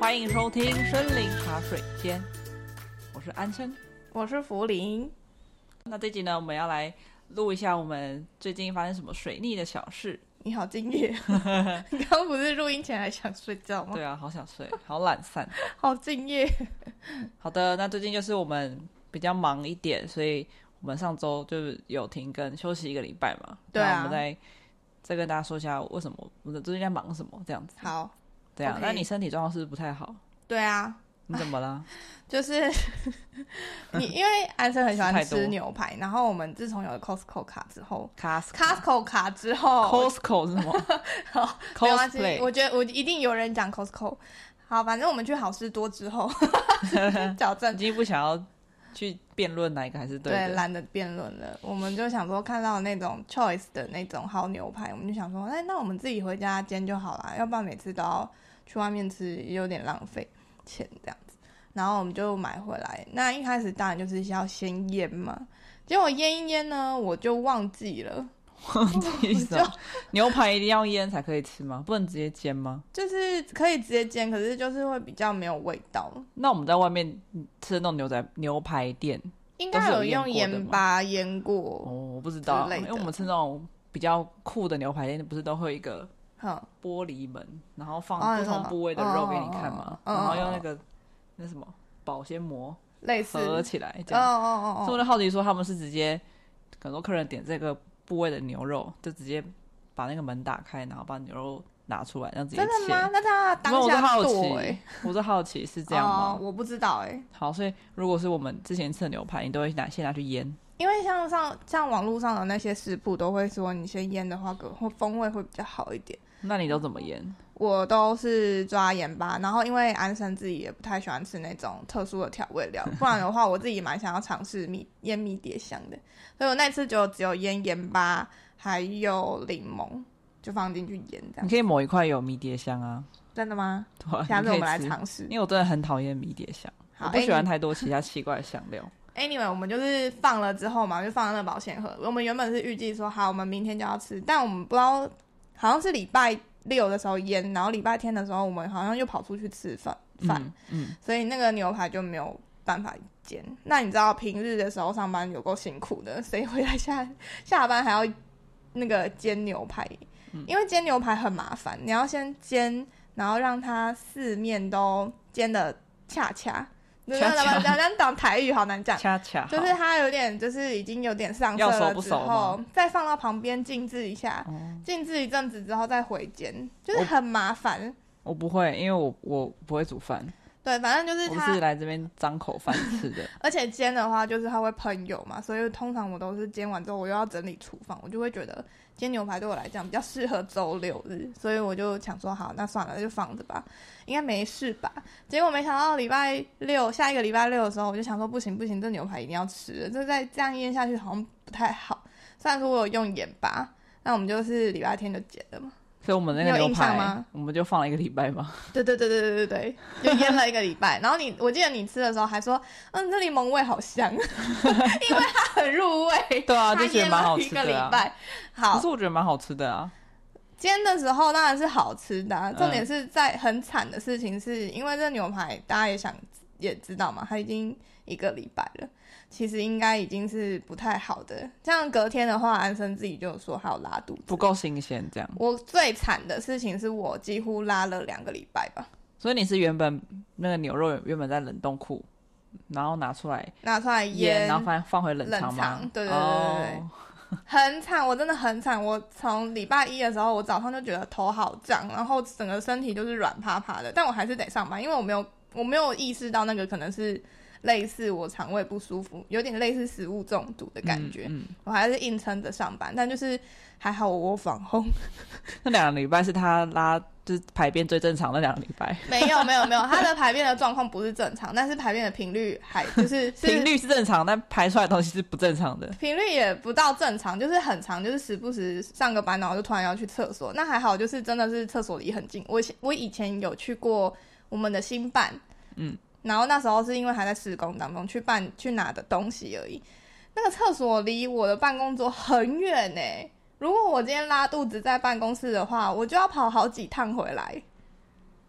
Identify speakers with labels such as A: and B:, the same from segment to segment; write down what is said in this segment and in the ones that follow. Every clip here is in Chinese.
A: 欢迎收听《森林茶水间》，我是安生。
B: 我是福林。
A: 那这集呢，我们要来录一下我们最近发生什么水逆的小事。
B: 你好敬 业，你刚刚不是录音前还想睡觉吗？
A: 对啊，好想睡，好懒散。
B: 好敬业，
A: 好的，那最近就是我们比较忙一点，所以我们上周就是有停更休息一个礼拜嘛。
B: 对啊
A: 那我们再再跟大家说一下为什么我们最近在忙什么这样子。
B: 好，
A: 对啊
B: OK
A: 那你身体状况是不是不太好？
B: 对啊，
A: 你怎么啦？
B: 就是 你，因为安生很喜欢
A: 吃太多
B: 吃牛排，然后我们自从有了 Costco 卡之后
A: Costco
B: ，Costco 卡之后
A: Costco 是什么
B: 好没关系
A: ？cosplay
B: 我觉得我一定有人讲 Costco。好，反正我们去好事多 之后 矫正
A: 已，经不想要去辩论哪一个还是对
B: 对，
A: 的。
B: 懒得辩论了。我们就想说，看到那种 choice 的那种好牛排，我们就想说，哎，那我们自己回家煎就好啦，要不然每次都要去外面吃，也有点浪费钱这样子。然后我们就买回来。那一开始当然就是要先腌嘛，结果腌一腌呢，我就忘记了，
A: 忘记什么？牛排一定要腌才可以吃吗？不能直接煎吗？
B: 就是可以直接煎，可是就是会比较没有味道。
A: 那我们在外面吃的那种牛仔牛排店，
B: 应
A: 都
B: 该
A: 是有
B: 有用
A: 腌过的
B: 盐
A: 吗
B: 巴腌过，
A: 哦，我不知道，
B: 之类
A: 因
B: 的
A: 为我们吃那种比较酷的牛排店，不是都会有一个
B: 哼、
A: 玻璃门，然后
B: 哦
A: 放不
B: 你说
A: 同部位的肉给你看
B: 哦
A: 嘛，
B: 哦哦哦
A: 然后用那个那什么保鲜膜
B: 类似。
A: 合
B: 哦
A: 起来这
B: 哦
A: 样。
B: 哦
A: 所以我
B: 哦，
A: 就好奇说，他们是直接，很多客人点这个部位的牛肉，就直接把那个门打开，然后把牛肉拿出来，让自己
B: 真的吗
A: 切？。
B: 那他
A: 没有
B: 当
A: 我在
B: 下
A: 好
B: 剁、欸
A: 奇，我在好奇是这样吗
B: 哦？我不知道哎、
A: 好，所以如果是我们之前吃的牛排，你都会拿先拿去腌，
B: 因为像上像网络上的那些食谱都会说，你先腌的话，可会风味会比较好一点。
A: 那你都怎么
B: 嗯
A: 腌？
B: 我都是抓盐巴，然后因为安生自己也不太喜欢吃那种特殊的调味料，不然的话我自己蛮想要尝试蜜腌迷迭香的，所以我那次就只有腌盐巴，还有柠檬，就放进去腌这
A: 你
B: 样。
A: 可以抹一块有迷迭香啊，
B: 真的吗？
A: 对吧、
B: 下次我
A: 你
B: 们
A: 可以
B: 来
A: 吃
B: 尝试。
A: 因为我真的很讨厌迷迭香，我
B: 好
A: 不喜
B: 哎
A: 欢
B: 你
A: 太多其他奇怪的香料。
B: Anyway，我们就是放了之后嘛，就放在那保鲜盒。我们原本是预计说好，我们明天就要吃，但我们不知道，好像是礼拜六的时候腌，然后礼拜天的时候我们好像又跑出去吃饭 饭，
A: 嗯，嗯，
B: 所以那个牛排就没有办法煎。那你知道平日的时候上班有够辛苦的，谁回来下下班还要那个煎牛排？
A: 嗯
B: 因为煎牛排很麻烦，你要先煎，然后让它四面都煎的恰恰。
A: 恰恰
B: 咱们咱们讲台语好难讲，
A: 恰恰
B: 啊就
A: 好
B: 是它有点，就是已经有点上色
A: 要熟
B: 了
A: 不
B: 之
A: 熟
B: 后，再放到旁边静置一下，
A: 哦
B: 静置一阵子之后再回煎，就是
A: 我
B: 很麻烦。
A: 我不会，因为我我不会煮饭，
B: 对，反正就是
A: 我
B: 它
A: 是，来这边张口饭吃的。
B: 而且煎的话就是它会喷油嘛，所以通常我都是煎完之后我又要整理厨房，我就会觉得煎牛排对我来讲比较适合周六日，所以我就想说好，那算了，就放着吧，应该没事吧。结果没想到礼拜六下一个礼拜六的时候，我就想说不行不行，这牛排一定要吃了，这再这样腌下去好像不太好。虽然说我有用盐巴，那我们就是礼拜天就剪了嘛。
A: 所以我们那
B: 你
A: 个
B: 有
A: 牛
B: 印象
A: 排
B: 吗，
A: 我们就放了一个礼拜嘛。
B: 对对对对对 对对，就腌了一个礼拜。然后你，我记得你吃的时候还说，嗯，这柠檬味好香， 因为它很入味。
A: 对啊，
B: 它
A: 就觉得
B: 腌
A: 蛮好
B: 了
A: 吃
B: 一个礼
A: 的啊。
B: 拜，
A: 可
B: 好
A: 是我觉得蛮好吃的啊。
B: 煎的时候当然是好吃的啊、
A: 嗯
B: 重点是在很惨的事情是，因为这牛排大家也想也知道嘛，它已经一个礼拜了，其实应该已经是不太好的。这样隔天的话，安生自己就有说还有拉肚子。
A: 不够新鲜这样。
B: 我最惨的事情是我几乎拉了两个礼拜吧，
A: 所以你是原本那个牛肉原本在冷冻库，然后拿出来
B: 拿出来
A: 腌，
B: 腌
A: 然后放放回冷藏吗
B: 冷？藏对对对
A: 哦
B: 对对很惨，我真的很惨。我从礼拜一的时候，我早上就觉得头好胀，然后整个身体就是软趴趴的，但我还是得上班，因为我没有我没有意识到那个可能是类似我肠胃不舒服，有点类似食物中毒的感觉，
A: 嗯，嗯
B: 我还是硬撑着上班。但就是还好我我 防控，
A: 那两个礼拜是他拉就是排便最正常的两个礼拜，
B: 没有没有没有，他的排便的状况不是正常，但是排便的频率还 就是是
A: 频率是正常，但排出来的东西是不正常的。
B: 频率也不到正常，就是很长，就是时不时上个班，然后就突然要去厕所。那还好，就是真的是厕所离很近。我以前我以前有去过我们的新办，
A: 嗯，
B: 然后那时候是因为还在施工当中，去办去拿的东西而已。那个厕所离我的办公桌很远呢、如果我今天拉肚子在办公室的话，我就要跑好几趟回来。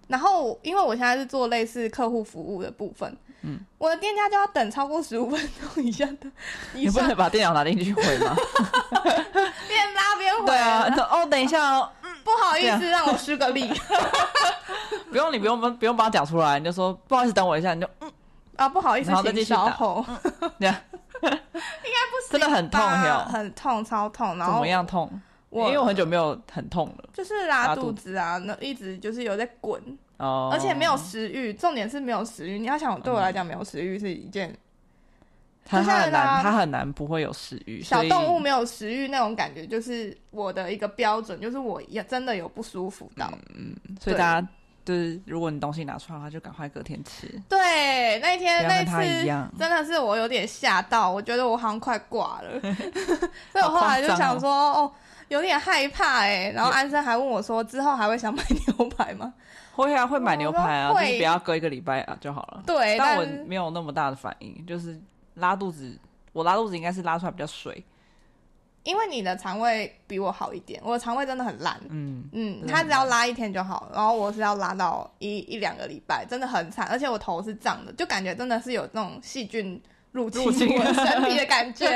B: 然后因为我现在是做类似客户服务的部分，嗯，我的店家就要等超过十五分钟以下的，以
A: 你不
B: 上
A: 能把电脑拿进去毁 吗？
B: 边拉边回，
A: 对啊，你说哦，等一下哦，
B: 不好意思让我失个力
A: 不用你不用不用帮他讲出来，你就说不好意思，等我一下，你就
B: 啊，不好意思
A: 然，后再
B: 请
A: 继续打
B: 稍后，
A: 这 样
B: 不行
A: 真的很痛
B: 吧
A: 哟
B: 很痛，超痛，然
A: 怎
B: 后
A: 么样痛？因
B: 我
A: 为我很久没有很痛了
B: 就是拉
A: 拉肚
B: 肚子啊，那一直就是有在滚，
A: 哦，
B: 而且没有食欲，重点是没有食欲。你要想，对我来讲，没有食欲是一件
A: 他
B: 就像
A: 他很
B: 那
A: 难
B: 个
A: 他很难不会有食欲，
B: 小
A: 所以
B: 动物没有食欲那种感觉，就是我的一个标准，就是我也真的有不舒服到。
A: 所以
B: 对
A: 大家就是如果你东西拿出来的话，就赶快隔天吃。
B: 对，那一天
A: 不要
B: 那
A: 跟他一样
B: 次真的是我有点吓到，我觉得我好像快挂 了，所以我后来就
A: 好夸张哦
B: 想说，哦，有点害怕哎、然后安生还问我说，之后还会想买牛排吗？
A: 会啊，会买牛排啊，就
B: 我会
A: 是不要隔一个礼拜啊就好了。
B: 对，
A: 但
B: 但
A: 我没有那么大的反应，就是拉肚子，我拉肚子应该是拉出来比较水，
B: 嗯因为你的肠胃比我好一点，我的肠胃真的很烂。
A: 嗯，
B: 嗯，
A: 真的
B: 他
A: 很
B: 只要拉一天就好，然后我是要拉到一一两个礼拜，真的很惨，而且我头是胀的，就感觉真的是有那种细菌入侵
A: 入侵
B: 我的身体的 感觉，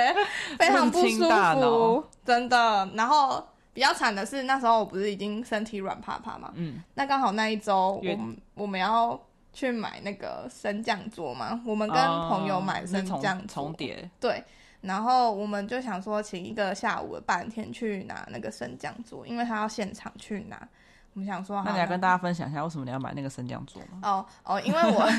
B: 非常不
A: 入
B: 舒
A: 侵大
B: 服
A: 脑，
B: 真的。然后比较惨的是那时候我不是已经身体软趴趴嘛，
A: 嗯，
B: 那刚好那一周我
A: 月
B: 们我们要去买那个升降桌嘛，我们跟
A: 哦
B: 朋友买
A: 是
B: 升
A: 重
B: 降桌
A: 重，叠，
B: 对，然后我们就想说，请一个下午的半天去拿那个升降桌，因为他要现场去拿。我们想说，
A: 那
B: 好
A: 你要跟大家分享一下为什么你要买那个升降桌吗？
B: 哦哦，因为 我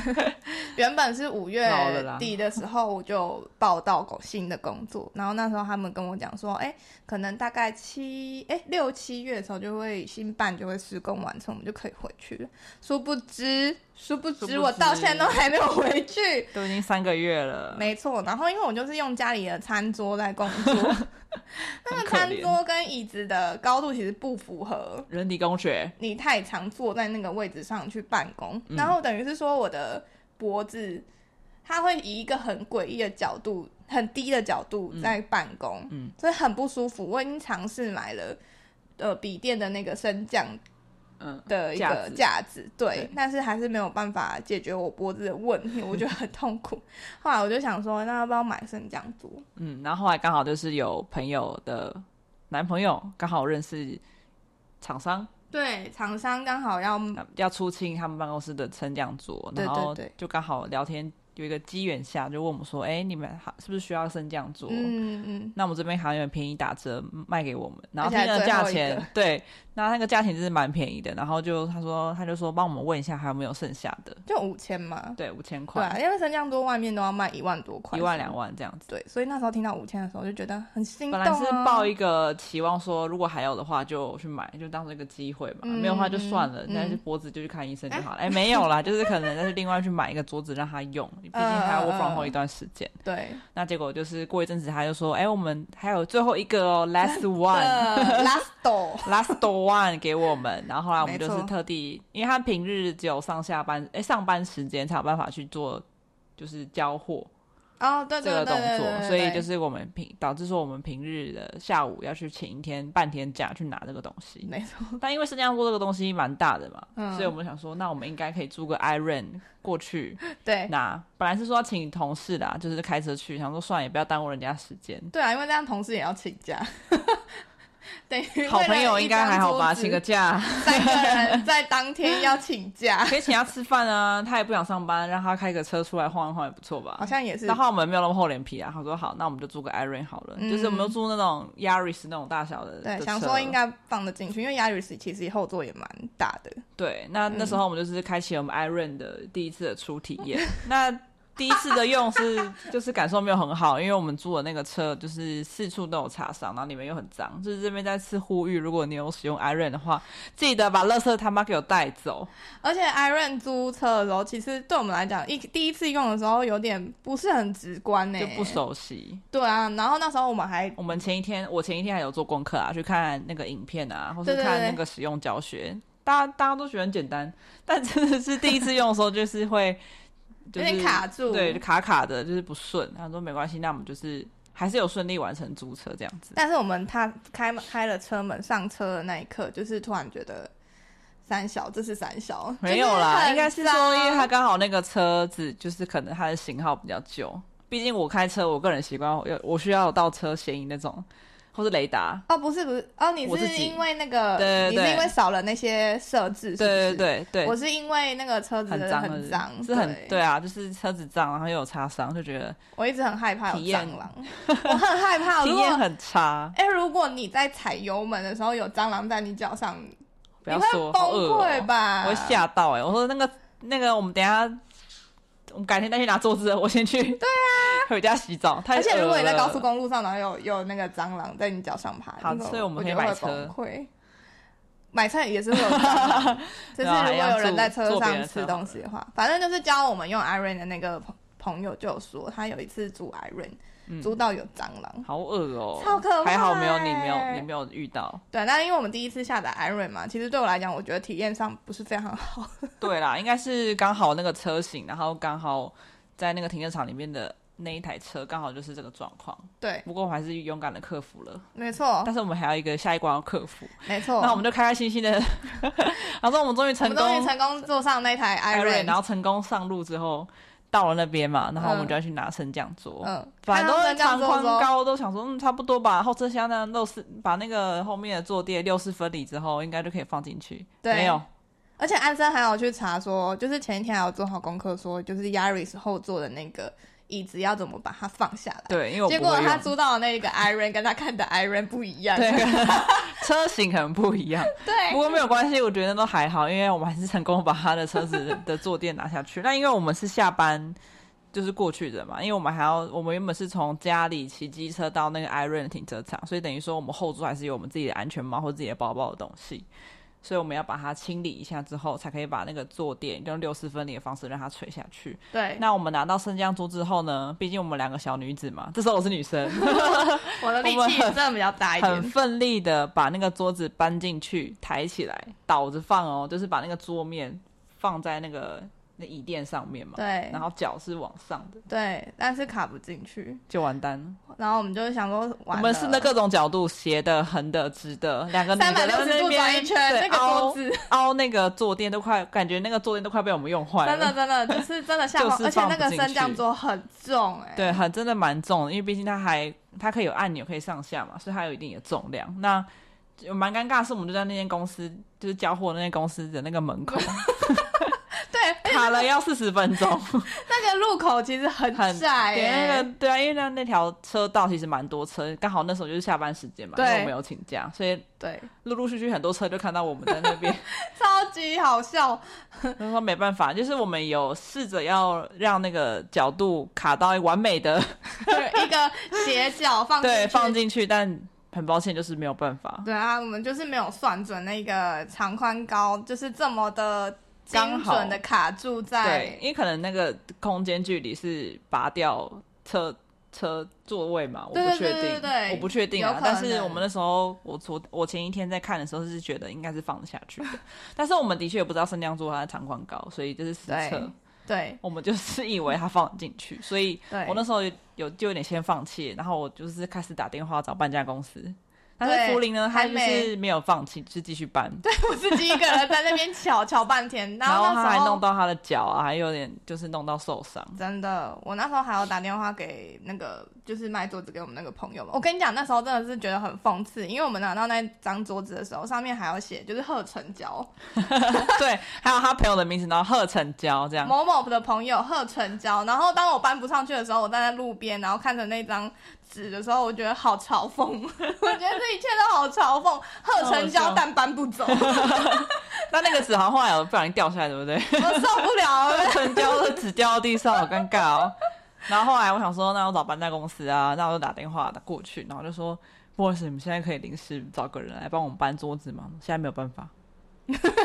B: 原本是五月
A: 老了啦
B: 底的时候我就报到过新的工作，然后那时候他们跟我讲说，哎，可能大概七哎六七月的时候就会新办就会施工完成，我们就可以回去了。殊不知，殊不
A: 殊
B: 知
A: 不
B: 我到
A: 知
B: 现在都还没有回去。
A: 都已经三个月了，
B: 没错，然后因为我就是用家里的餐桌在工 作，那
A: 很
B: 个
A: 可
B: 餐
A: 怜。
B: 桌跟椅子的高度其实不符合，
A: 人体工学，
B: 你太常坐在那个位置上去办公，
A: 嗯
B: 然后等于是说我的脖子，它会以一个很诡异的角度、很低的角度在办公，
A: 嗯
B: 所以很不舒服。我已经尝试买了呃笔电的那个升降
A: 嗯，
B: 的一
A: 架
B: 个
A: 子
B: 架子，对
A: 对，
B: 但是还是没有办法解决我脖子的问 题，我觉得很痛苦。后来我就想说，那要不要买升降桌？
A: 嗯，然后后来刚好就是有朋友的男朋友刚好认识厂商，
B: 对，厂商刚好要
A: 要出清他们办公室的升降桌，
B: 对
A: 然后
B: 对对
A: 就刚好聊天有一个机缘下，就问我们说，哎、你们好是不是需要升降桌？
B: 嗯嗯，
A: 那我们这边好像有便宜打折卖给我们，然后
B: 而且还
A: 那个价
B: 最后
A: 钱
B: 一，
A: 对，那那个价钱真是蛮便宜的。然后就他说，他就说帮我们问一下还有没有剩下的，
B: 就五千嘛。
A: 对，五千
B: 对
A: 块，
B: 啊，因为升降桌外面都要卖一万多块，
A: 一万两。万这样子。
B: 对，所以那时候听到五千的时候，就觉得很心
A: 本
B: 动、
A: 来
B: 啊。
A: 是抱一个期望说，如果还有的话就去买，就当做一个机会吧。
B: 嗯
A: 没有的话就算了，
B: 嗯
A: 但是脖子就去看医生就好了。哎、没有啦，就是可能但是另外去买一个桌子让他用，毕竟还要
B: 呃
A: work from home 一段时间。
B: 对
A: 那结果就是过一阵子他就说，哎、我们还有最后一个哦，last one。
B: 的呃 last door，
A: last one 给我们，然后后来我们
B: 没
A: 就
B: 错
A: 是特地，因为他平日只有上下班，哎，上班时间才有办法去做，就是交货
B: 哦，对
A: 这
B: 对
A: 个
B: 对
A: 动
B: 对对
A: 作，
B: 对
A: 所以
B: 对
A: 就是我们平导致说我们平日的下午要去请一天半天假去拿这个东西，
B: 没错，
A: 但因为圣降桌这个东西蛮大的嘛，
B: 嗯
A: 所以我们想说，那我们应该可以租个 Iron 过去
B: 对
A: 拿，本来是说要请同事啦，就是开车去，想说算了，也不要耽误人家时间。
B: 对啊，因为这样同事也要请 假，等于
A: 好
B: 为了
A: 朋友
B: 一
A: 应该
B: 张
A: 还好
B: 桌
A: 吧，
B: 子
A: 请个假。
B: 三个人在当天要请假，
A: 可以请他吃饭啊，他也不想上班，让他开个车出来晃一晃也不错
B: 好
A: 吧。
B: 像也哦是
A: 然后我们没有那么厚脸皮啊，他说好，那我们就租个 Iron 好了，
B: 嗯
A: 就是我们就租那种 Yaris 那种大小的。
B: 对
A: 的，
B: 想
A: 车
B: 说应该放得进去，因为 Yaris 其实后座也蛮大的。
A: 对。那那
B: 嗯
A: 时候我们就是开启我们 Iron 的第一次的初体验。 那第一次的用是 就是感受没有很好，因为我们租的那个车就是四处都有擦伤，然后里面又很脏。就是这边再次呼吁，如果你有使用 Iron 的话，记得把垃圾他妈给我带走。
B: 而且 Iron 租车的时候，其实对我们来讲，一第一次用的时候有点不是很直观呢、欸
A: 就不熟悉。
B: 对啊，然后那时候我们还
A: 我们前一天，我前一天还有做功课啊，去看那个影片啊，或
B: 对
A: 是
B: 对
A: 看
B: 对
A: 那个使用教学。大家大家都觉得很简单，但真的是第一次用的时候，就是会、就是、
B: 有点卡住
A: 对，就卡卡的，就是不顺。他说没关系，那我们就是还是有顺利完成租车这样子。
B: 但是我们他开门开了车门上车的那一刻，就是突然觉得三小，这是三小，
A: 没有啦，应该是说，因为它
B: 他
A: 刚好那个车子就是可能它的型号比较旧，毕竟我开车，我个人习惯有我需要有倒车嫌疑那种，或是雷达。
B: 哦，不是不是，哦，你
A: 我自
B: 是
A: 己
B: 因为那个，
A: 对对
B: 你
A: 对
B: 是因为少了那些设置，是不
A: 对
B: 是
A: 对对对，
B: 我是因为那个车子
A: 很脏
B: 很脏，
A: 是很对啊，就是车子脏，然后又有擦伤，就觉得
B: 我一直很害怕有
A: 体验
B: 蟑螂，我很 害怕。
A: 体
B: 如
A: 验
B: 果
A: 很差。
B: 哎、如果你在踩油门的时候有蟑螂在你脚上，
A: 不
B: 你
A: 要
B: 会
A: 说，
B: 崩
A: 好恶哦
B: 溃吧？
A: 我会吓到哎、我说那个那个，我们等一下，我们改天再去拿桌子，我先去。对啊， 回家洗澡。太
B: 而且如果你在
A: 恶
B: 高
A: 了
B: 速公路上，然后有有那个蟑螂在你脚上爬，
A: 好
B: 那种
A: 所以我
B: 我
A: 们
B: 觉
A: 可以
B: 得
A: 买
B: 会
A: 车
B: 崩溃。买菜也是会有蟑 螂，就是
A: 对啊
B: 如
A: 还
B: 果
A: 要
B: 有人
A: 坐
B: 在车
A: 坐别人
B: 上
A: 的
B: 吃
A: 车
B: 东西的话，反正就是教我们用 Iron 的那个朋朋友就有说，他有一次煮 Iron，
A: 嗯
B: 煮到有蟑螂。
A: 好恶哦、
B: 超可怕
A: 还好没有你没
B: 欸
A: 有你没有遇到。
B: 对，那因为我们第一次下载 Iron 嘛，其实对我来讲，我觉得体验上不是非常好。
A: 对啦，应该是刚好那个车型，然后刚好在那个停车场里面的那一台车，刚好就是这个状况。
B: 对，
A: 不过我还是勇敢的克服了，
B: 没错，
A: 但是我们还有一个下一关要克服。
B: 没错。
A: 那我们就开开心心 的，然后我们终于
B: 哦我
A: 成
B: 们
A: 功
B: 终于成功坐上那台
A: Iron，
B: Iron，
A: 然后成功上路之后，到了那边嘛，然后我们
B: 嗯
A: 就要去拿升降桌。
B: 嗯，
A: 反正
B: 看到
A: 都
B: 这样
A: 长
B: 做
A: 宽
B: 的时候
A: 高都想说，嗯，差不多吧。后车厢呢，六四把那个后面的坐垫六四分离之后，应该就可以放进去。
B: 对
A: 没有，
B: 而且安生还有去查说，就是前一天还有做好功课说，就是 Yaris 后座的那个椅子要怎么把它放下来。
A: 对，因为我不
B: 结
A: 会
B: 果他
A: 用
B: 租到的那个 Iron 跟他看的 Iron 不一样。
A: 对车型可能不一样，
B: 对
A: 不过没有关系，我觉得都还好，因为我们还是成功把他的车子的坐垫拿下去。那因为我们是下班就是过去的嘛，因为我们还要，我们原本是从家里骑机车到那个 Iron 的停车场，所以等于说我们后座还是有我们自己的安全帽或自己的包包的东西，所以我们要把它清理一下之后，才可以把那个坐垫用六四分离的方式让它垂下去。
B: 对，
A: 那我们拿到升降桌之后呢，毕竟我们两个小女子嘛，这时候我是女生。
B: 我的力
A: 我们
B: 气
A: 很
B: 真的比较大一
A: 很
B: 点。
A: 奋力的把那个桌子搬进去，抬起来，倒着放哦，就是把那个桌面放在那个那椅垫上面嘛，
B: 对
A: 然后脚是往上的，
B: 对，但是卡不进去，
A: 就完蛋了。
B: 然后我们就想说，
A: 我
B: 完了
A: 们是那各种角度，斜的、横的、直的，两个女
B: 三
A: 的
B: 百
A: 在
B: 六十
A: 那
B: 度转
A: 边
B: 一圈，
A: 对
B: 那个桌
A: 凹
B: 子
A: 凹那个坐垫都快，感觉那个坐垫都快被我们用坏了。
B: 真的真的就是真的下
A: 就
B: 方，
A: 是
B: 而且那
A: 放
B: 个
A: 不进
B: 升降
A: 去
B: 桌很重哎。
A: 对，很真的蛮重的，因为毕竟它还它可以有按钮可以上下嘛，所以它有一定的重量。那就蛮尴尬，是我们就在那间公司，就是交货那间公司的那个门口
B: 对，
A: 卡了要四十分钟，
B: 那个路口其实很
A: 很
B: 窄
A: 对
B: 哎
A: 那。个对啊，因为那那条车道其实蛮多车，刚好那时候就是下班时间嘛，因
B: 对
A: 为我没有请假，所以
B: 对，
A: 陆陆续续很多车就看到我们在那 边，
B: 超级好笑。
A: 他说没办法，就是我们有试着要让那个角度卡到完美的
B: 一个斜角放进去
A: 对放进去，但很抱歉就是没有办法。
B: 对啊，我们就是没有算准那个长宽高，就是这么的精
A: 刚好
B: 准的卡住
A: 对
B: 在，。
A: 因为可能那个空间距离是拔掉车车座位嘛，我
B: 对
A: 不
B: 对
A: 确定，
B: 对对对
A: 我不确定
B: 有
A: 啊
B: 可。能
A: 但是我们那时候，我昨我前一天在看的时候是觉得应该是放得下 去的，但是我们的确也不知道升降桌它的长宽高，所以这是实测
B: 对，对
A: 我们就是以为它放得进 去，所以
B: 对，
A: 我那时候有有就有点先放弃，然后我就是开始打电话找搬家公司。但
B: 对
A: 是福林呢，他
B: 还
A: 就
B: 没
A: 是没有放弃，就继续搬。
B: 我自己一个人在那边 瞧瞧半天，然
A: 然后
B: 后
A: 他
B: 那
A: 还
B: 时
A: 弄
B: 候
A: 到他的脚啊，还有点就是弄到受伤。
B: 真的，我那时候还有打电话给那个就是卖桌子给我们那个朋友嘛，我跟你讲，那时候真的是觉得很讽刺，因为我们拿到那张桌子的时候，上面还有写就是贺成交
A: 对，还有他朋友的名字，然后贺成交这样。
B: 某某的朋友贺成交，然后当我搬不上去的时候，我站在路边，然后看着那张纸的时候，我觉得好嘲 讽，我觉得这一切都好嘲讽。贺成
A: 好
B: 交
A: 笑
B: 但搬不 走，我
A: 那那个纸好像后来有不小心掉下来，对不 对？
B: 受不了了。
A: 贺成交的纸掉到地上，好尴尬哦。然后后来我想说，那我找搬家公司啊，那我就打电话打过去，然后就说，不好意思，你们现在可以临时找个人来帮我们搬桌子吗？现在没有办法，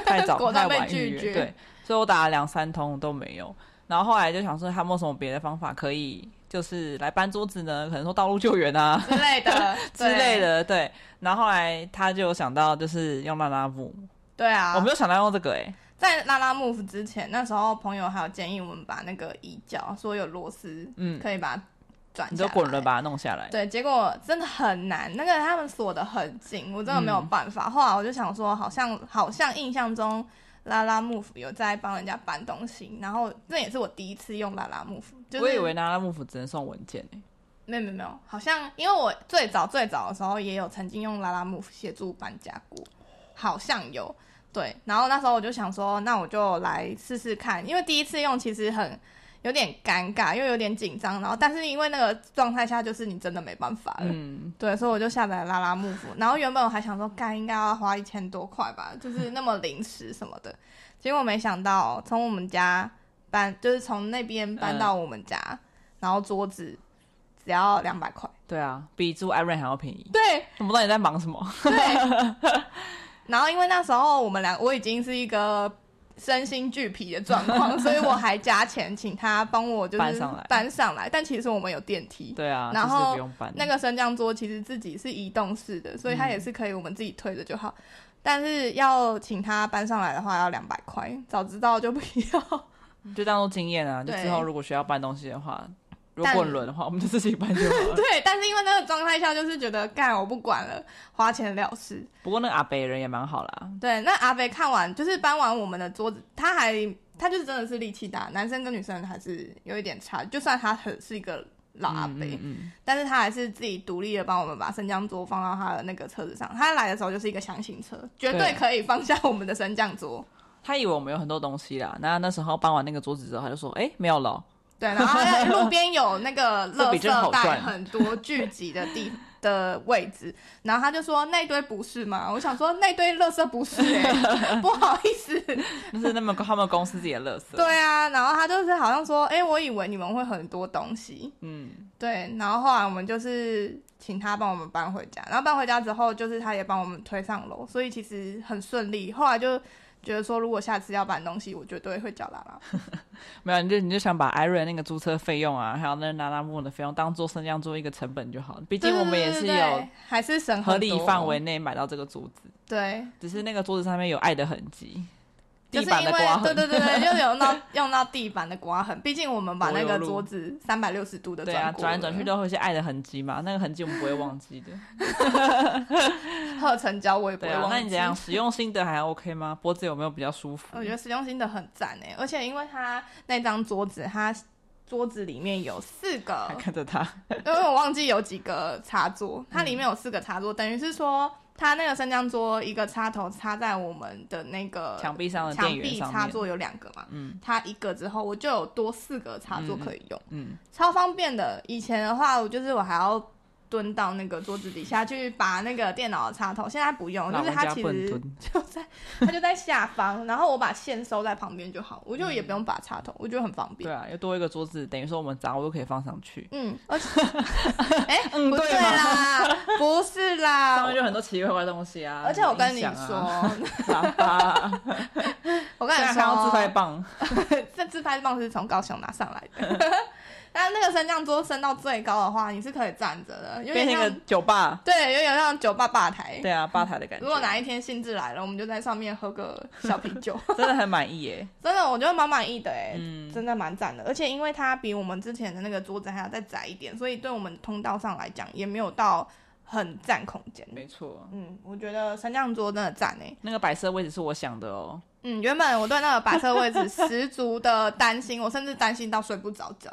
A: 太早
B: 果
A: 太
B: 断被
A: 晚预
B: 拒绝
A: 约，对，所以我打了两三通都没有。然后后来就想说，他们有什么别的方法可以，就是来搬桌子呢？可能说道路救援啊，
B: 之类的
A: 之类，的，对。然后后来他就想到就是用拉拉布，
B: 对对啊。
A: 我没有想到用这个哎、欸，
B: 在拉拉 move 之前，那时候朋友还有建议我们把那个椅脚，说有螺丝，
A: 嗯
B: 可以把转，
A: 你就滚轮。把它弄下来。
B: 对，结果真的很难，那个他们锁的很紧，我真的没有办
A: 嗯
B: 法。后来我就想说，好像好像印象中拉拉幕府有在帮人家搬东西，然后那也是我第一次用拉拉幕府，就是
A: 我以为拿拉幕府只能送文件欸诶、
B: 没有没有没有，好像因为我最早最早的时候也有曾经用拉拉木协助搬家过，好像有对。然后那时候我就想说，那我就来试试看，因为第一次用其实很有点尴尬，又有点紧张。然后但是因为那个状态下，就是你真的没办法了。
A: 嗯，
B: 对，所以我就下载了拉拉木府，然后原本我还想说，干应该要花一千多块吧，就是那么临时什么的，结果没想到从我们家搬，就是从那边
A: 嗯
B: 搬到我们家，然后桌子只要两百块，
A: 对啊，比租 Iron 还要便宜。
B: 对
A: 我不知道你在忙什 么。
B: 对，然后因为那时候我们俩我已经是一个身心俱疲的状 况，所以我还加钱请他帮我就是
A: 搬上来
B: 搬上来，但其实我们有电梯，
A: 对啊，
B: 然
A: 其实
B: 后
A: 不用搬
B: 那个升降桌其实自己是移动式的，所以它也
A: 嗯
B: 是可以我们自己推着就好。但是要请他搬上来的话要两百块，早知道就不 要。
A: 就当做经验啊。就
B: 对
A: 之后如果需要搬东西的话，如果
B: 但
A: 滚轮的话，我们就自己搬就好 了。
B: 对，但是因为那个状态下就是觉得干我不管了，花钱了事。
A: 不过那个阿北人也蛮好啦，
B: 对，那阿飞看完就是搬完我们的桌子，他还他就是真的是力气大，男生跟女生还是有一点差。就算他很是一个老阿
A: 嗯
B: 伯，
A: 嗯嗯
B: 但是他还是自己独立的帮我们把升降桌放到他的那个车子上。他来的时候就是一个箱型车，绝对
A: 对
B: 可以放下我们的升降桌。
A: 他以为我们有很多东西啦。那那时候搬完那个桌子之后，他就说：“哎、没有了哦。
B: 对，然后他在路边有那个
A: 这
B: 垃
A: 比真
B: 圾
A: 好
B: 袋
A: 赚
B: 很多聚集的 地的位置，然后他就说那堆不是吗？我想说那堆垃圾不是、欸， 不好意思。
A: 那是那么 他们公司自己的乐色。
B: 对啊，然后他就是好像说，哎、我以为你们会很多东西，
A: 嗯，
B: 对，然后后来我们就是请他帮我们搬回家，然后搬回家之后，就是他也帮我们推上楼，所以其实很顺利。后来就觉得说，如果下次要搬东西，我绝对会叫拉拉。
A: 没有，你就你就想把 Iron 那个租车费用啊，还有那拉拉木的费用，当做升降做一个成本就好了。毕
B: 对
A: 竟我
B: 对
A: 们也是
B: 对对
A: 有
B: 对还是省
A: 合
B: 很
A: 理
B: 多
A: 范围，内买到这个桌子，
B: 对，
A: 只是那个桌子上面有爱的痕迹，
B: 就
A: 地
B: 是
A: 板
B: 因
A: 的
B: 为
A: 刮
B: 对
A: 痕。
B: 对对 对，就有到用到地板的刮痕，毕竟我们把那
A: 柏
B: 个
A: 油路
B: 桌子三百六十度的
A: 对啊，
B: 转
A: 转来
B: 来
A: 转去都会有一些爱的痕迹嘛，那个痕迹我们不会忘记 的。
B: 褐成胶我也不
A: 对
B: 会
A: 啊
B: 忘，记。
A: 那你怎样？使用心得还 OK 吗？脖子有没有比较舒服？
B: 我觉得实用心的很赞哎，而且因为它那张桌子，它桌子里面有四个
A: 还看着他，
B: 因为我忘记有几个插座，它里面有四个插座，等于是说它那个升降桌一个插头插在我们的那个
A: 墙壁上的
B: 呃墙
A: 电源
B: 壁
A: 上
B: 插
A: 面，
B: 座有两个嘛，
A: 嗯
B: 它一个之后我就有多四个插座可以用，
A: 嗯，
B: 超方便的。以前的话，我就是我还要。蹲到那个桌子底下去拔那个电脑的插头，现在不用，
A: 老
B: 哦就是
A: 人
B: 它
A: 家
B: 其
A: 不能
B: 实
A: 蹲，
B: 就在它就在下方，然后我把线收在旁边就好，我就也不用拔插头，我觉得很方
A: 对
B: 便。
A: 啊，又多一个桌子，等于说我们杂物都可以放上去。
B: 嗯，而且， 哎、
A: 嗯
B: 不
A: 对嘛
B: 啦，不是
A: 上
B: 啦
A: 面，就很多奇奇怪怪的东西啊，
B: 而且我跟你
A: 音响 啊，
B: 说，
A: 沙发啊，
B: 我跟你
A: 现在看到自拍
B: 说，
A: 棒，
B: 这自拍棒是从高雄拿上来的。 但那个升降桌升到最高的话，你是可以站着的，有
A: 变
B: 点
A: 成一
B: 像
A: 个酒吧，
B: 对，有点像酒吧吧台。
A: 对啊，吧台的感觉
B: 如，果哪一天兴致来了，我们就在上面喝 个小啤酒。
A: 真的很满意 耶。
B: 真的，我觉得蛮满意的哎、
A: 嗯
B: 真的蛮赞的。而且因为它比我们之前的那个桌子还要再窄一点，所以对我们通道上来讲也没有到很占空间。
A: 没错，
B: 嗯，我觉得升降桌真的赞哎、
A: 那个白色位置是我想的哦，
B: 嗯，原本我对那个白色位置十足的担心，我甚至担心到睡不着觉。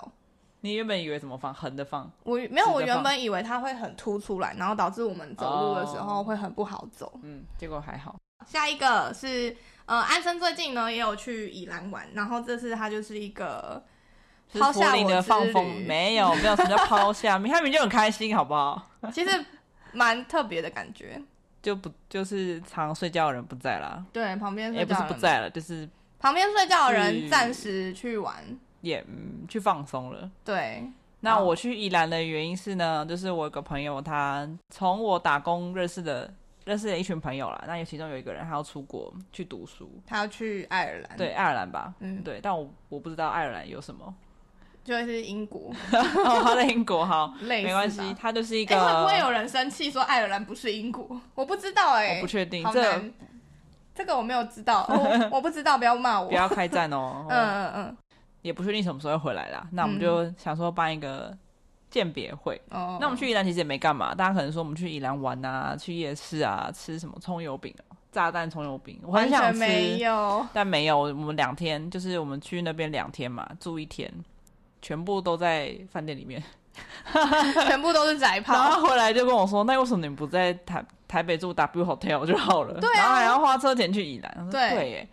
A: 你原本以为怎么放，横的放，
B: 我没有，
A: 直着
B: 我原
A: 放
B: 本以为它会很凸出来，然后导致我们走路的时候
A: 哦
B: 会很不好走。
A: 嗯，结果还好。
B: 下一个是呃，安生最近呢也有去宜兰玩，然后这次他就是一 个
A: 是
B: 抛下
A: 柏林
B: 我
A: 的
B: 之
A: 放风
B: 旅
A: 没有没有什么叫抛下，他们就很开心，好不好？
B: 其实蛮特别的感觉。
A: 就不就是常睡觉的人不在啦，
B: 对，旁边
A: 也
B: 睡
A: 不
B: 觉
A: 是
B: 的
A: 不
B: 人，
A: 在了，就是
B: 旁边睡觉的人
A: 是
B: 暂时去玩。
A: 也、嗯、去放松了。
B: 对，
A: 那
B: 哦
A: 我去宜兰的原因是呢，就是我有个朋友，他从我打工认识的，认识的一群朋友啦。那有其中有一个人，他要出国去读书，
B: 他要去爱尔兰。
A: 对，，爱尔兰吧，
B: 嗯，
A: 对，但我我不知道爱尔兰有什 么。
B: 就是英国，
A: 哦，他在英国，好，
B: 类似
A: 没关系
B: 吧，
A: 他就是一
B: 哎、
A: 个，
B: 会不会有人生气说爱尔兰不是英国？我不知道哎、
A: 我不确定，
B: 好
A: 这
B: 难，这个我没有知 道，我我不知道，不要骂我。
A: 不要开战哦
B: 。嗯嗯嗯
A: 也不确定什么时候会回来啦。那我们就想说办一个鉴别会。
B: 哦，
A: 那我们去宜兰其实也没干嘛，大家可能说我们去宜兰玩啊，去夜市啊，吃什么葱油饼、啊、炸弹葱油饼，我
B: 完
A: 很想
B: 全
A: 吃，
B: 没有，
A: 但没有。我们两天就是我们去那边两天嘛，住一天，全部都在饭店里面。
B: 全部都是宅
A: 然
B: 炮。
A: 后回来就跟我说，那为什么你们不在台台北住 W Hotel 就好了？
B: 对啊
A: 然后还要花车钱去宜兰。我说
B: 对
A: 对耶，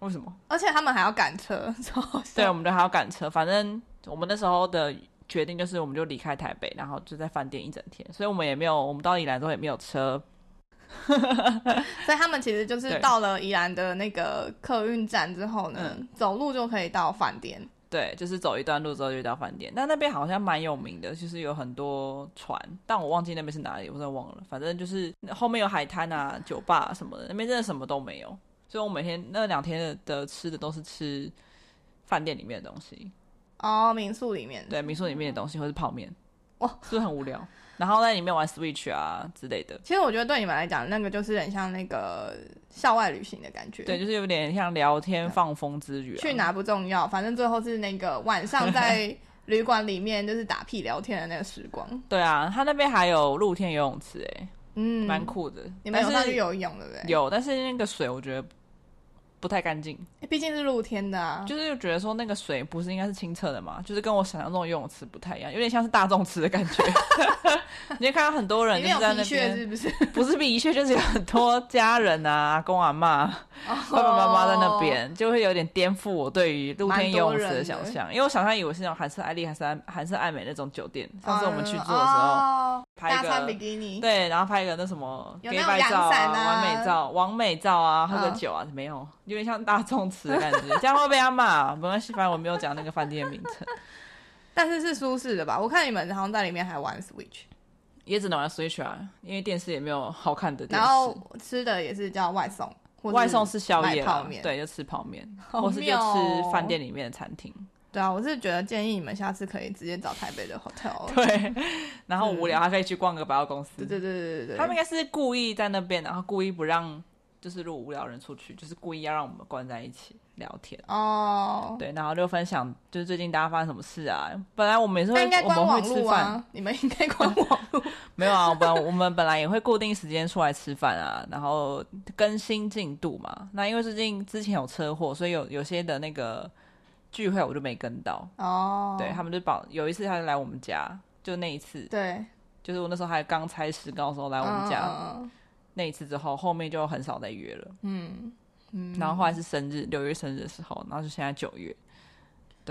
A: 为什么？
B: 而且他们还要赶车， 超好笑
A: 对，我们就还要赶车。反正我们那时候的决定就是，我们就离开台北，然后就在饭店一整天。所以我们也没有，我们到宜兰之后也没有车。
B: 所以他们其实就是
A: 对
B: 到了宜兰的那个客运站之后呢，
A: 嗯
B: 走路就可以到饭店。
A: 对，就是走一段路之后就到饭店。那那边好像蛮有名的，就是有很多船，但我忘记那边是哪里，我真的忘了。反正就是后面有海滩啊、酒吧、什么的，那边真的什么都没有。所以我每天那两天的的吃的都是吃饭店里面的东西，
B: 哦，民宿里面，
A: 对，民宿里面的东西或是泡面，
B: 哇
A: 是不是很无聊？然后在里面玩 Switch 啊之类的。
B: 其实我觉得对你们来讲，那个就是很像那个校外旅行的感觉。
A: 对，，就是有点像聊天放风之旅、啊。
B: 去？哪不重要，反正最后是那个晚上在旅馆里面就是打屁聊天的那个时 光。
A: 对啊，他那边还有露天游泳池、欸，
B: 嗯，
A: 蛮酷的。
B: 你们有上
A: 但
B: 去
A: 是
B: 游泳对不对？
A: 有，但是那个水我觉得不太干净，
B: 欸，毕竟是露天的啊。
A: 就是觉得说那个水不是应该是清澈的嘛，就是跟我想象中的游泳池不太一样，有点像是大众池的感觉。 你会看到很多人
B: 里
A: 就
B: 面有
A: 是在那
B: 皮屑
A: 边，
B: 是不是？
A: 不是必须就是有很多家人啊、阿公阿妈、
B: 哦
A: 爸爸妈妈在那边，就会有点颠覆我对于露天游泳池的想象，因为我想象以为是那种韩式爱丽、韩式爱韩式爱美那种酒店。
B: 哦。
A: 上次我们去住的时候，
B: 哦，
A: 拍一
B: 大
A: 个
B: 穿比基尼，
A: 对，然后拍一个那什么
B: 有
A: gay
B: 那种
A: bye 照
B: 阳伞啊
A: 完美照、完美照啊，喝个
B: 嗯
A: 酒啊，没有，有点像大众池的感觉， 这样会被他骂。没关系，反正我没有讲那个饭店的名称，
B: 但是是舒适的吧？我看你们好像在里面还玩 Switch，
A: 也只能玩 Switch 啊，因为电视也没有好看的电
B: 然
A: 视。
B: 后吃的也是叫外送，或是
A: 外送是宵夜
B: 买
A: 啦
B: 泡面。
A: 对，就吃泡面，
B: 好
A: 或是就
B: 妙哦
A: 吃饭店里面的餐厅。
B: 对啊，我是觉得建议你们下次可以直接找台北的 hotel。
A: 对，然后无聊还可以去逛个百货公司。
B: 对对对对对
A: 他们
B: 对，
A: 应该是故意在那边，然后故意不让就是如果无聊的人出去，就是故意要让我们关在一起聊天。
B: 哦，
A: 对，然后就分享就是最近大家发生什么事啊。本来我们也是
B: 那
A: 会
B: 应该
A: 我
B: 关
A: 们会
B: 网
A: 吃
B: 路
A: 饭，
B: 啊，你们应该关网 路。
A: 没有啊，本来我们本来也会固定时间出来吃饭啊，然后更新进度嘛。那因为最近之前有车祸，所以有有些的那个聚会我就没跟到。
B: 哦，
A: 对他们就保有一次他就来我们家，就那一次，
B: 对，
A: 就是我那时候还刚拆石膏的时候来我们家，
B: 嗯
A: 那一次之后，后面就很少再约了。
B: 嗯嗯，
A: 然后后来是生日，六月生日的时候，然后就现在九月。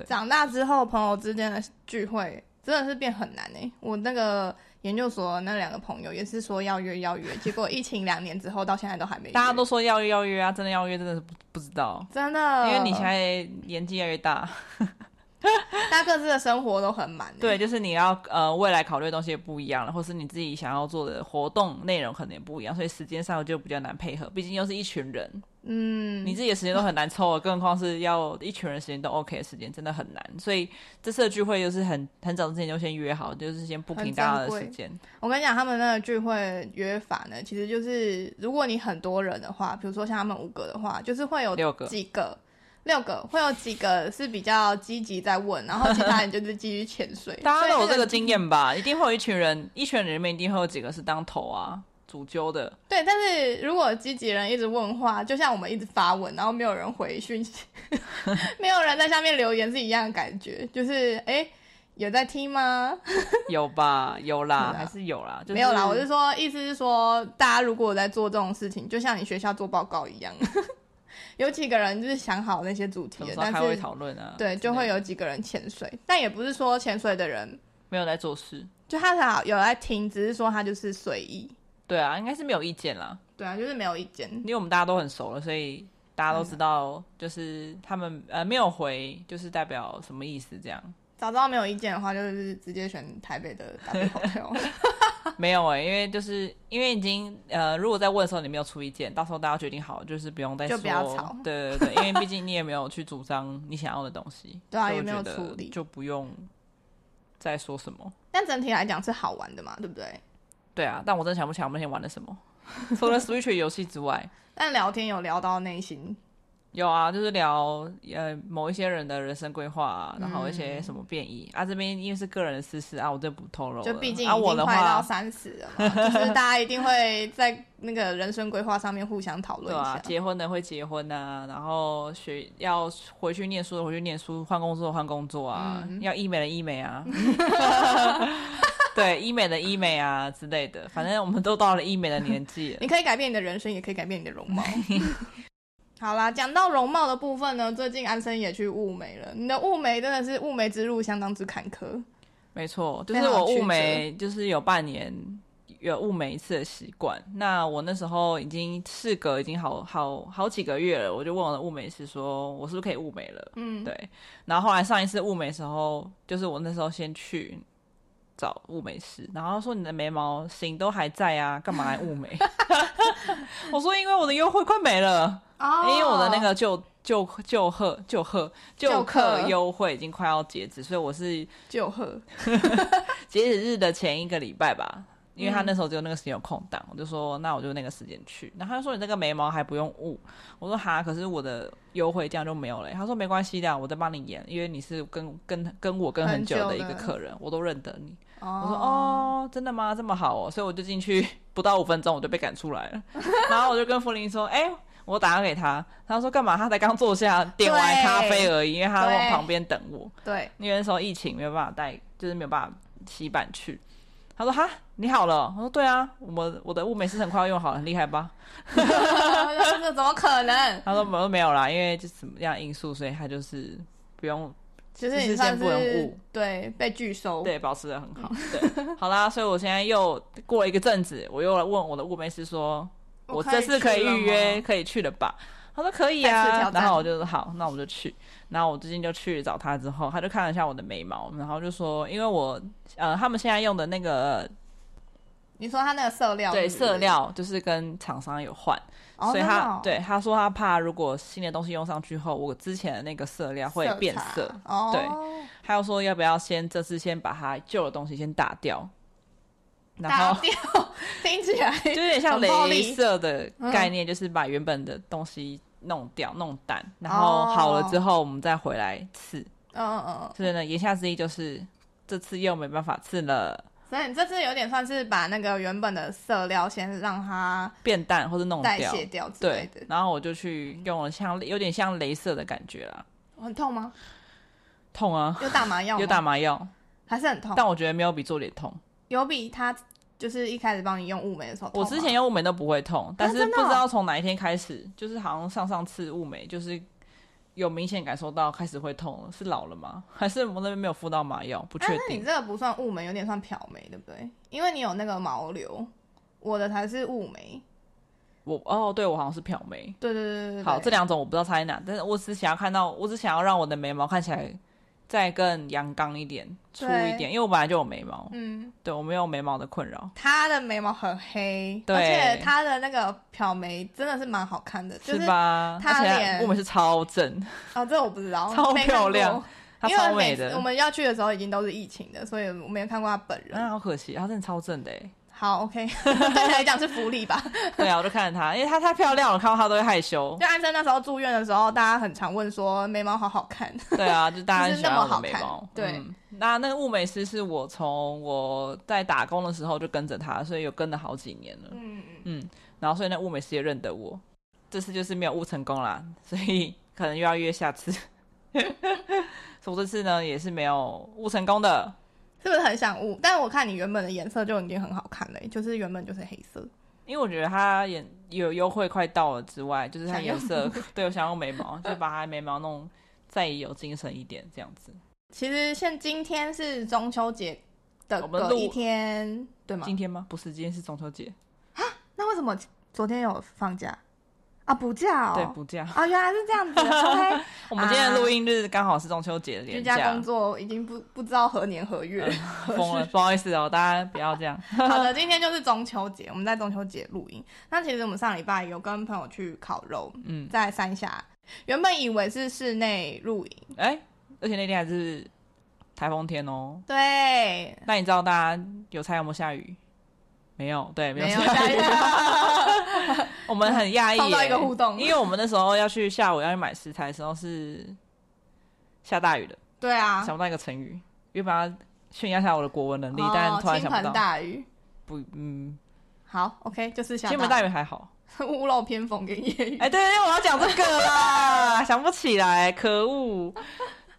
B: 长大之后，朋友之间的聚会真的是变很难哎、我那个研究所那两个朋友也是说要约要约，结果疫情两年之后到现在都还没约
A: 大家都说要约要约啊，真的要约真的是不不知道，
B: 真的，
A: 因为你现在年纪越来越大，
B: 大家各自的生活都很满、欸。
A: 对，就是你要呃未来考虑的东西也不一样了，或是你自己想要做的活动内容可能也不一样，所以时间上就比较难配合。毕竟又是一群人，
B: 嗯，
A: 你自己的时间都很难抽了，更何况是要一群人时间都 OK 的时间，真的很难。所以这次的聚会就是很很早之前就先约好，就是先不
B: 很
A: 平大家
B: 珍
A: 的
B: 贵
A: 时间。
B: 我跟你讲，他们那个聚会约法呢，其实就是如果你很多人的话，比如说像他们五个的话，就是会有
A: 六个。
B: 几个。六个会有几个是比较积极在问，然后其他人就是继续潜水
A: 大家都有这
B: 所以
A: 个经验吧？一定会有一群人，一群人里面一定会有几个是当头啊、主揪的。
B: 对，但是如果积极人一直问话，就像我们一直发文，然后没有人回 讯息，没有人在下面留言是一样的感觉，就是哎、诶有在听吗？
A: 有吧？有啦，
B: 是啊
A: 还是有啦。就是、
B: 没有啦，我是说，意思是说，大家如果有在做这种事情，就像你学校做报告一样， 有几个人就是想好那些主
A: 什么
B: 题了
A: 时，候
B: 但
A: 开会
B: 是
A: 讨论啊？
B: 对，就会有几个人潜水，但也不是说潜水的人
A: 没有在做事。
B: 就他好有在听，只是说他就是随意，
A: 对啊，应该是没有意见啦，
B: 对啊，就是没有意见，
A: 因为我们大家都很熟了，所以大家都知
B: 嗯
A: 道，就是他们呃没有回，就是代表什么意思这样。
B: 早知道没有意见的话，就是直接选台北的 W Hotel。啊
A: 没有哎、因为就是因为已经呃，如果在问的时候你没有出意见，到时候大家决定好，就是不用再
B: 就
A: 说。
B: 不要吵
A: 对对对，因为毕竟你也没有去主张你想要的东西，
B: 对啊
A: 所以
B: 也
A: 我
B: 没有
A: 觉得
B: 处理
A: 就不用再说什么。
B: 但整体来讲是好玩的嘛，对不对？
A: 对啊，但我真的想不起来我们那天玩了什么，除了 Switch 游戏之外，
B: 但聊天有聊到内心
A: 有啊，就是聊呃某一些人的人生规划啊，然后一些
B: 嗯
A: 什么变异、啊，这边因为是个人的私事啊，我就不透露了。
B: 就毕竟
A: 啊，
B: 已
A: 我
B: 经
A: 的
B: 快到
A: 话，
B: 三十了 嘛，就是大家一定会在那个人生规划上面互相讨
A: 对
B: 论一
A: 啊，
B: 下。
A: 结婚的会结婚啊，然后学要回去念书的回去念书，换工作的换工作啊，
B: 嗯
A: 要医美的医美 啊，对，医美的医美啊之类的，反正我们都到了医美的年纪了。
B: 你可以改变你的人生，也可以改变你的容 貌。 好啦，讲到容貌的部分呢，最近安生也去雾眉了。你的雾眉真的是雾眉之路相当之坎坷。
A: 没错，就
B: 非
A: 是
B: 常
A: 我
B: 曲
A: 雾
B: 折
A: 眉，就是有半年有雾眉一次的习惯。那我那时候已经事隔已经好好好几个月了，我就问我的雾眉师说，我是不是可以雾眉了？
B: 嗯，
A: 对。然后后来上一次雾眉的时候，就是我那时候先去找雾眉师，然后他说你的眉毛型都还在啊，干嘛来雾 眉？我说因为我的优惠快没了，
B: 哦
A: 因为我的那 个旧旧旧贺旧贺旧
B: 旧
A: 客
B: 客
A: 优惠已经快要截止，所以我是
B: 就喝，
A: 截止日的前一个礼拜吧，因为他
B: 嗯
A: 那时候只有那个时间有空档，我就说那我就那个时间去。然后他就说你这个眉毛还不用雾，我说哈，可是我的优惠这样就没有了、他说没关系的，啊我再帮你延，因为你是跟跟跟我跟很久的一个
B: 很久的
A: 客人，我都认得你。
B: 哦
A: 我说，哦，真的吗？这么好哦，所以我就进去不到五分钟我就被赶出来了， 然后我就跟福林说，哎、我打电话给他，他说干嘛？他才刚坐下，点完
B: 对
A: 咖啡而已，因为他往
B: 对
A: 旁边等我。
B: 对，
A: 因为那时候疫情没有办法带，就是没有办法洗版去。他说：“哈，你好了？”我说：“对啊，我我的物美是很快用好了，很厉害吧
B: 这怎么可？”能？
A: 他说：“我说没有啦，因为就什么样的因素，所以他就是不用
B: 其实
A: 就是
B: 你算
A: 先不能
B: 是
A: 雾
B: 对被拒收，
A: 对保持的很
B: 嗯
A: 好。对， 好啦，所以我现在又过了一个阵子，我又来问我的物美师说：‘
B: 我
A: 我
B: 可
A: 这
B: 以
A: 次可以
B: 去了哦
A: 预约，
B: 吗
A: 可以去了吧？’”他说可以
B: 再次
A: 啊
B: 挑，战
A: 然后我就说好，那我就去。然后我最近就去找他，之后他就看了一下我的眉毛，然后就说，因为我呃，他们现在用的那个
B: 你说他那个色料
A: 对
B: 是不是
A: 色，料就是跟厂商有换，
B: 哦
A: 所以
B: 真的
A: 他、
B: 哦
A: 对他说他怕如果新的东西用上去后，我之前的那个色料会变
B: 差
A: 色，
B: 哦，
A: 对他又说要不要先这次先把它旧的东西先打掉，然
B: 打
A: 后
B: 掉， 听起来
A: 就有点像
B: 很暴力嗯
A: 镭射的概念，就是把原本的东西弄掉弄淡，然后
B: 哦
A: 好了之后我们再回来刺，
B: 嗯嗯嗯，
A: 所以呢言下之意就是这次又没办法刺了，
B: 所以你这次有点算是把那个原本的色料先让它
A: 变淡或者弄
B: 代
A: 掉。
B: 谢掉之类
A: 对
B: 的，，
A: 然后我就去用了像有点像镭射的感觉啦，
B: 很痛吗？
A: 痛啊，
B: 有打麻药吗？
A: 有打麻药，
B: 还是很痛？
A: 但我觉得没有比做脸痛。
B: 有比他就是一开始帮你用雾眉的时候痛
A: 我
B: 吗，啊
A: 之前用雾眉都不会痛，但是
B: 真
A: 不
B: 的哦
A: 知道从哪一天开始，就是好像上上次雾眉就是有明显感受到开始会痛了，是老了吗？还是我那边没有敷到麻药？不
B: 啊，
A: 确
B: 那你
A: 定。
B: 这个不算雾眉，有点算漂眉，对不对？因为你有那个毛流，我的才是雾眉。
A: 我哦，对我好像是漂眉。
B: 对对对对对，
A: 好，这
B: 两
A: 两种我不知道差在哪，但是我只想要看到，我只想要让我的眉毛看起来再更阳刚一点、粗一
B: 对
A: 点，因为我本来就有眉毛，
B: 嗯，
A: 对我没有眉毛的困扰。
B: 他的眉毛很黑，
A: 对
B: 而且他的那个漂眉真的是蛮好看的，就是
A: 是吧？
B: 他
A: 而且
B: 脸
A: 我们是超正，
B: 哦，这我不知道，
A: 超
B: 没看
A: 漂亮
B: 过
A: 她
B: 因为
A: 超美
B: 每次
A: 的
B: 我，们要去的时候已经都是疫情的，所以我没有看过他本人。
A: 哎那好可惜，她真的超正的欸。
B: 好，OK，对 你来讲是福利吧？
A: 对啊，我就看着她，因为她太漂亮了，看到她都会害羞。
B: 就安生那时候住院的时候，大家很常问说眉毛好好看，
A: 对啊，就大家
B: 就
A: 很
B: 是
A: 喜
B: 那
A: 欢
B: 么
A: 我的
B: 好
A: 眉
B: 看
A: 毛。
B: 对
A: 嗯那那个雾眉师是我从我在打工的时候就跟着她，所以有跟了好几年了。
B: 嗯，
A: 然后所以那雾眉师也认得我，这次就是没有雾成功啦，所以可能又要约下次。 所以我这次呢也是没有雾成功的，
B: 是不是很想雾？但我看你原本的颜色就已经很好看了、就是原本就是黑色。
A: 因为我觉得它也有优惠快到了之外，就是它
B: 想用
A: 颜 色，对我想用眉毛，就把它眉毛弄再有精神一点，这样子。
B: 其实现今天是中秋节的
A: 我们
B: 隔
A: 录
B: 一天，对吗
A: 今？天吗？不是，今天是中秋节，
B: 那为什么昨天有放假啊？补假
A: 对，
B: 哦。
A: 补假。
B: 啊，原来是这样子。OK，
A: 我们今天的录音日刚好是中秋节的
B: 居
A: 连
B: 家
A: 假
B: 工，作已经不不知道何年何月。
A: 疯了，不好意思哦，大家不要这样。
B: 好的，今天就是中秋节，我们在中秋节录音。那其实我们上礼拜有跟朋友去烤肉，
A: 嗯，
B: 在三峡，原本以为是室内露营，
A: 哎、而且那天还是台风天哦。
B: 对，
A: 那你知道大家有猜有没有下雨？没有，对，没
B: 没有
A: 下
B: 下雨。
A: 我们很讶异耶，
B: 创造一个互动
A: 因为我们那时候要去下午要去买食材的时候是下大雨的，
B: 对啊，
A: 想不到一个成语，原本要炫耀一下我的国文能力，
B: 哦
A: 但突然
B: 倾
A: 想不
B: 盆
A: 到。
B: 大雨。
A: 不，嗯，
B: 好，OK，就是下
A: 金门大雨还好。
B: 屋漏偏逢连夜雨。
A: 哎、对对对，我要讲这个啦，想不起来，可恶。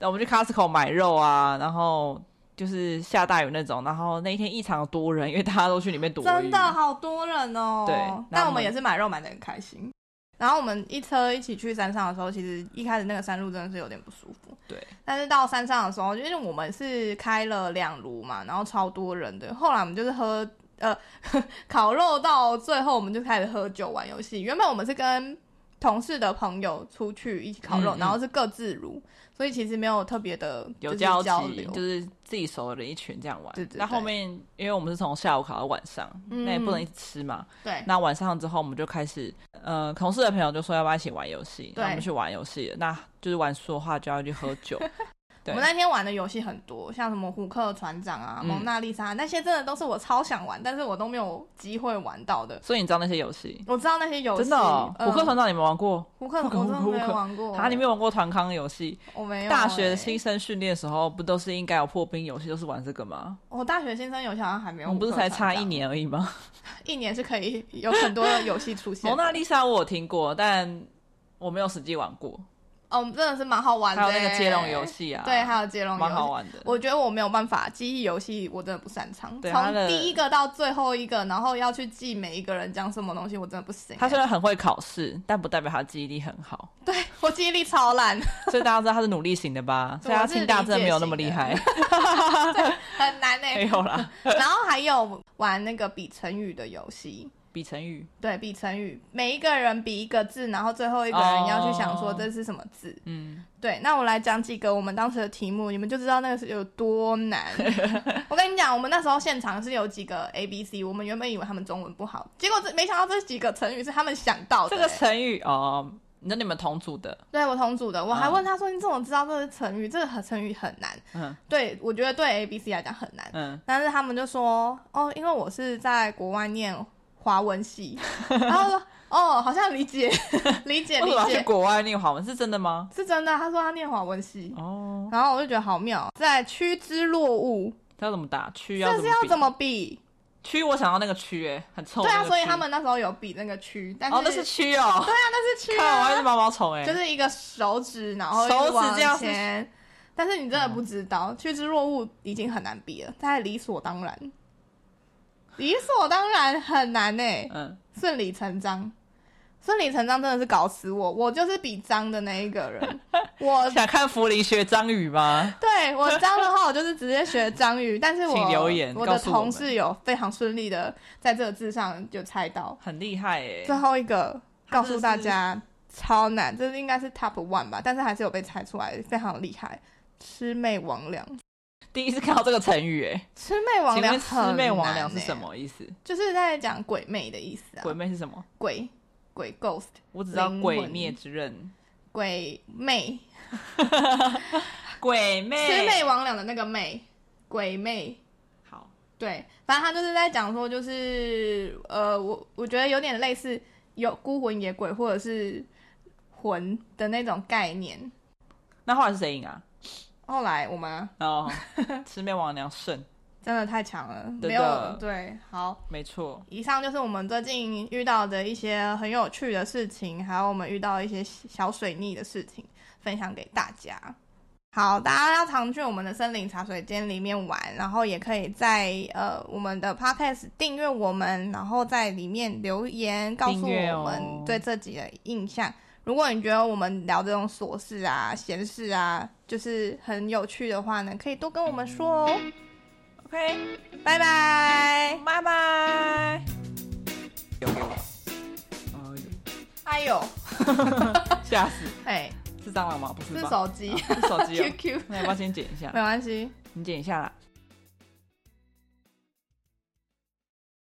A: 那我们去 Costco 买肉啊，然后就是下大雨那种，然后那一天异常多人，因为大家都去里面躲雨。
B: 真的好多人哦。
A: 对那
B: 但
A: 我
B: 我
A: 们
B: 们也是买肉买的很开心。然后我们一车一起去山上的时候，其实一开始那个山路真的是有点不舒服。
A: 对。
B: 但是到山上的时候，因为我们是开了两炉嘛，然后超多人的。后来我们就是喝呃 烤肉，到最后我们就开始喝酒玩游戏。原本我们是跟同事的朋友出去一起烤肉，
A: 嗯嗯
B: 然后是各自炉，所以其实没有特别的
A: 有
B: 就是
A: 交
B: 交
A: 集，
B: 流。
A: 就是自己熟的人一群这样玩。
B: 对对对
A: 那后面因为我们是从下午烤到晚上，
B: 嗯
A: 那也不能一直吃嘛。
B: 对
A: 那晚上之后我们就开始，呃，同事的朋友就说要不要一起玩游戏，
B: 对
A: 那我们去玩游戏了。那就是玩输的话就要去喝 酒。对
B: 我们那天玩的游戏很多，像什么胡克船长啊、
A: 嗯
B: 蒙娜丽莎那些，真的都是我超想玩，但是我都没有机会玩到的。
A: 所以你知道那些游戏？
B: 我知道那些游戏，
A: 真的、哦，
B: 嗯
A: 虎克船长你们玩过？
B: 胡克，
A: 胡
B: 我
A: 克
B: 真的
A: 胡克
B: 没有玩过。
A: 啊，你没有玩过团康游戏？
B: 我没有欸、
A: 大学新生训练的时候，不都是应该有破冰游戏，都是玩这个吗？
B: 我大学新生游戏好像还没有。
A: 我们不是才差一，年而已吗？
B: 一年是可以有很多游戏出 现
A: 蒙
B: 的。
A: 娜丽莎我有听过，但我没有实际玩过。
B: 哦，真的是蛮好玩的
A: 还
B: 欸、
A: 有那个接龙游戏啊，
B: 对，还有接龙游
A: 蛮好
B: 戏。
A: 玩的。
B: 我觉得我没有办法，记忆游戏我真的不擅长。
A: 对它
B: 从
A: 的
B: 第一个到最后一个，然后要去记每一个人讲什么东西，我真的不行欸、
A: 他虽然很会考试，但不代表他记忆力很好，
B: 对 我记忆力超烂，
A: 所以大家知道他是努力型的吧？所以他清大真的没有那么厉害，
B: 很难呢、
A: 没有啦。
B: 然后还有玩那个比成语的游戏，
A: 比成语，
B: 对，比成语，每一个人比一个字，然后最后一个人要去想
A: 哦
B: 说这是什么字。
A: 嗯，
B: 对，那我来讲几个我们当时的题目，你们就知道那个是有 多难。我跟你讲，我们那时候现场是有几个 A、B、C，我们原本以为他们中文不好，结果这没想到这几个成语是他们想到嗯的、欸
A: 这个成语哦，那你们同组的，
B: 对我同组的，我还
A: 嗯
B: 问他说：“你怎么知道这是成语？这个成语很难。”
A: 嗯
B: 对，我觉得对 A、B、C 来讲很难。
A: 嗯，
B: 但是他们就说，哦，因为我是在国外念华文 系，然后说，哦，好像理解， 理解，
A: 为
B: 理
A: 什么要去
B: 解，
A: 国外念好文是真的吗？
B: 是真的。他说他念华文系，
A: 哦，
B: 然后我就觉得好妙，在趋之若鹜，
A: 他要怎么打？区要
B: 这
A: 怎
B: 是
A: 么
B: 要
A: 比
B: 怎么比？
A: 区？我想到那个区，哎，很臭。
B: 对
A: 那
B: 啊，
A: 个区
B: 所以他们那时候有比那个区，但是、
A: 哦，那是区哦，
B: 对啊，那是区
A: 看我还是
B: 啊，
A: 毛毛虫哎，
B: 就是一个手指，然后
A: 手指
B: 往
A: 这样是
B: 前。但是你真的不知道，趋之若鹜已经很难比了，但是理所当然，理所当然很难欸呢、
A: 嗯，
B: 顺理成章，顺理成章真的是搞死我，我就是比张的那一 个人，我
A: 想看福林学章鱼吗？
B: 对我张的话，我就是直接学张宇，但是我
A: 请留言
B: 我
A: 告
B: 的
A: 诉我们
B: 同事有非常顺利的在这个字上就猜到
A: 很厉害哎，
B: 最后一个，
A: 他
B: 告
A: 真
B: 诉
A: 是
B: 大家超难，这应该是 top one 吧，但是还是有被猜出来，非常厉害。魑魅魍魉，
A: 第一次看到这个成语哎。
B: 魑魅魍
A: 请问
B: 魉很难欸，
A: 魑魅魍魉是什么意思？
B: 就是在讲鬼魅的意思啊
A: 鬼，魅是什么？
B: 鬼鬼 ghost。
A: 我只知道
B: 灵
A: 《
B: 魂
A: 鬼灭之刃》。
B: 鬼魅，
A: 鬼
B: 魑
A: 魅，
B: 魅魍魉的那个魅，鬼魅，
A: 好，
B: 对，反正他就是在讲说，就是呃，我我觉得有点类似有孤魂野鬼或者是魂的那种概念。
A: 那后来是谁赢啊？
B: 后来我们
A: 哦，魑魅魍魉胜，
B: 真的太强了，
A: 真的
B: 没有对，好，
A: 没错。
B: 以上就是我们最近遇到的一些很有趣的事情，还有我们遇到一些小水逆的事情，分享给大家。好，大家要常去我们的森林茶水间里面玩，然后也可以在呃我们的 podcast 订阅我们，然后在里面留言告诉
A: 订阅哦
B: 我们对这集的印象。如果你觉得我们聊这种琐事啊、闲事啊，就是很有趣的话呢，可以多跟我们说哦。
A: OK，
B: 拜拜，
A: 拜拜。有给我，哎
B: 哎呦，
A: 呦，吓死！
B: 哎，
A: 是蟑螂吗？不是
B: 是
A: 吧？
B: 手机。
A: 是手机哦。
B: QQ，
A: 那要不要先剪一下
B: 没？关系。
A: 你剪一下啦。